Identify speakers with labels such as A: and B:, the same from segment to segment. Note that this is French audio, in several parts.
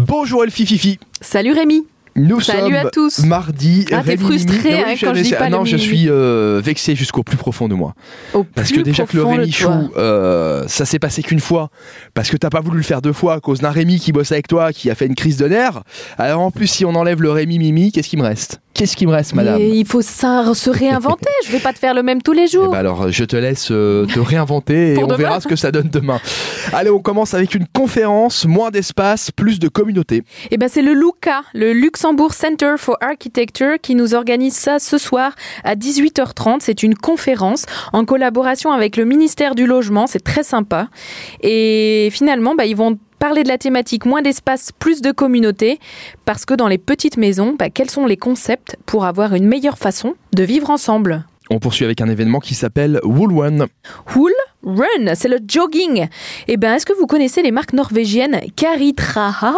A: Bonjour Elfie Fifi.
B: Salut Rémi.
A: Nous
B: Salut
A: sommes
B: à tous.
A: mardi.
B: Ah, t'es
A: Rémi
B: frustré,
A: Mimi.
B: hein,
A: Non, oui,
B: quand je dis
A: ah
B: pas
A: non,
B: le
A: je
B: Mimi.
A: suis euh, vexé jusqu'au plus profond de moi.
B: Au
A: Parce
B: plus
A: que déjà que le
B: profond de
A: Rémi Chou,
B: toi.
A: euh, ça s'est passé qu'une fois. Parce que t'as pas voulu le faire deux fois à cause d'un Rémi qui bosse avec toi, qui a fait une crise de nerfs. Alors en plus, si on enlève le Rémi Mimi, qu'est-ce qui me reste Qu'est-ce qui me reste, madame
B: Mais il faut ça- se réinventer. je vais pas te faire le même tous les
A: Eh
B: jours.
A: ben alors, je te laisse euh, te réinventer et
B: Pour
A: on
B: demain.
A: verra ce que ça donne demain. Allez, on commence avec une conférence, moins d'espace, plus de communauté.
B: Eh ben, c'est le LUCA, le Luxembourg Center for Architecture, qui nous organise ça ce soir à 18h30. C'est une conférence en collaboration avec le ministère du Logement. C'est très sympa. Et finalement, bah, ils vont parler de la thématique moins d'espace, plus de communauté, parce que dans les petites maisons, bah, quels sont les concepts pour avoir une meilleure façon de vivre ensemble
A: On poursuit avec un événement qui s'appelle Wool One.
B: Hool Run, c'est le jogging. Eh ben, est-ce que vous connaissez les marques norvégiennes Karitraha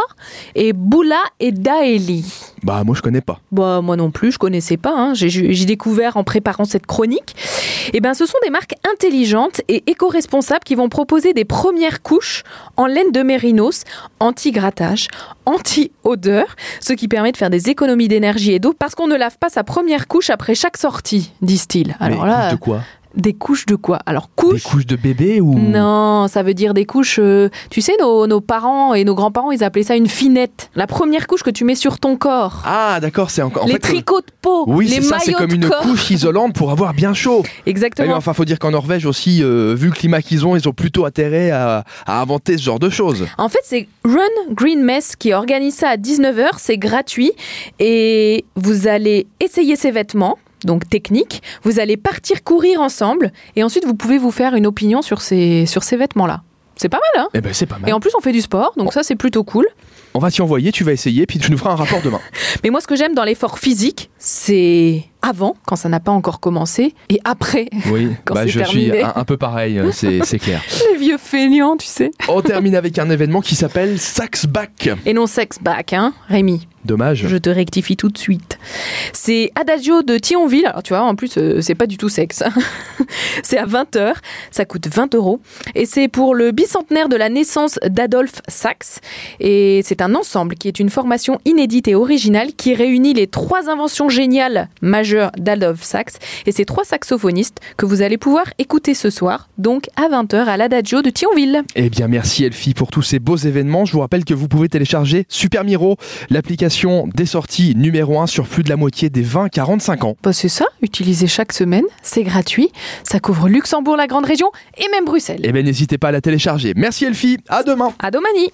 B: et Bula et Daeli
A: Bah, moi, je connais pas.
B: Bah, moi non plus, je connaissais pas. hein. J'ai- J'ai j'ai découvert en préparant cette chronique. Eh ben, ce sont des marques intelligentes et éco-responsables qui vont proposer des premières couches en laine de mérinos, anti-grattage, anti-odeur, ce qui permet de faire des économies d'énergie et d'eau parce qu'on ne lave pas sa première couche après chaque sortie, disent-ils. Alors
A: Mais
B: là,
A: couche de quoi
B: des couches de quoi Alors,
A: Des
B: couches.
A: couches de bébé ou
B: Non, ça veut dire des couches. euh, tu sais, nos, nos parents et nos grands-parents, ils appelaient ça une finette. La première couche que tu mets sur ton corps.
A: Ah, d'accord, c'est encore. en
B: les
A: fait,
B: tricots de peau,
A: Oui,
B: les
A: c'est ça, c'est
B: maillots
A: comme
B: de
A: une
B: corps.
A: couche isolante pour avoir bien chaud. Ah oui,
B: Exactement.
A: enfin, faut dire qu'en Norvège aussi, euh, vu le climat qu'ils ont, ils ont plutôt intérêt à, à inventer ce genre de choses.
B: En fait, c'est Run Green Mess qui organise ça à 19h. C'est gratuit. Et vous allez essayer ces vêtements. Donc technique, vous allez partir courir ensemble et ensuite vous pouvez vous faire une opinion sur ces, sur ces vêtements-là. C'est pas mal, hein
A: Eh ben, c'est pas mal.
B: Et en plus on fait du sport,
A: Oh.
B: donc ça c'est plutôt cool.
A: On va t'y envoyer, tu vas essayer, puis tu nous feras un rapport demain.
B: Mais moi, ce que j'aime dans l'effort physique, c'est avant, quand ça n'a pas encore commencé, et après,
A: Oui,
B: Quand
A: bah,
B: c'est
A: je suis
B: terminé.
A: un, un peu pareil, euh, c'est c'est clair.
B: les vieux feignants, tu sais.
A: On termine avec un événement qui s'appelle Saxback.
B: Et non sex back, hein, Rémi.
A: Dommage.
B: Je te rectifie tout de suite. C'est Adagio de Thionville. Alors, tu vois, en plus, euh, c'est pas du tout sexe. c'est à 20h. Ça coûte 20 euros. Et c'est pour le bicentenaire de la naissance d'Adolphe Sax. Et c'est un ensemble qui est une formation inédite et originale qui réunit les trois inventions géniales majeures d'Adolphe Sax. Et ces trois saxophonistes que vous allez pouvoir écouter ce soir, donc à 20h à l'Adagio de Thionville.
A: Eh bien, merci Elfie pour tous ces beaux événements. Je vous rappelle que vous pouvez télécharger Super Miro, l'application des sorties numéro 1 sur plus de la moitié des 20-45 ans.
B: Bah, c'est ça, utilisé chaque semaine, c'est gratuit, ça couvre Luxembourg, la grande région et même Bruxelles.
A: Eh bien, n'hésitez pas à la télécharger. Merci Elfie, à demain
B: À Domani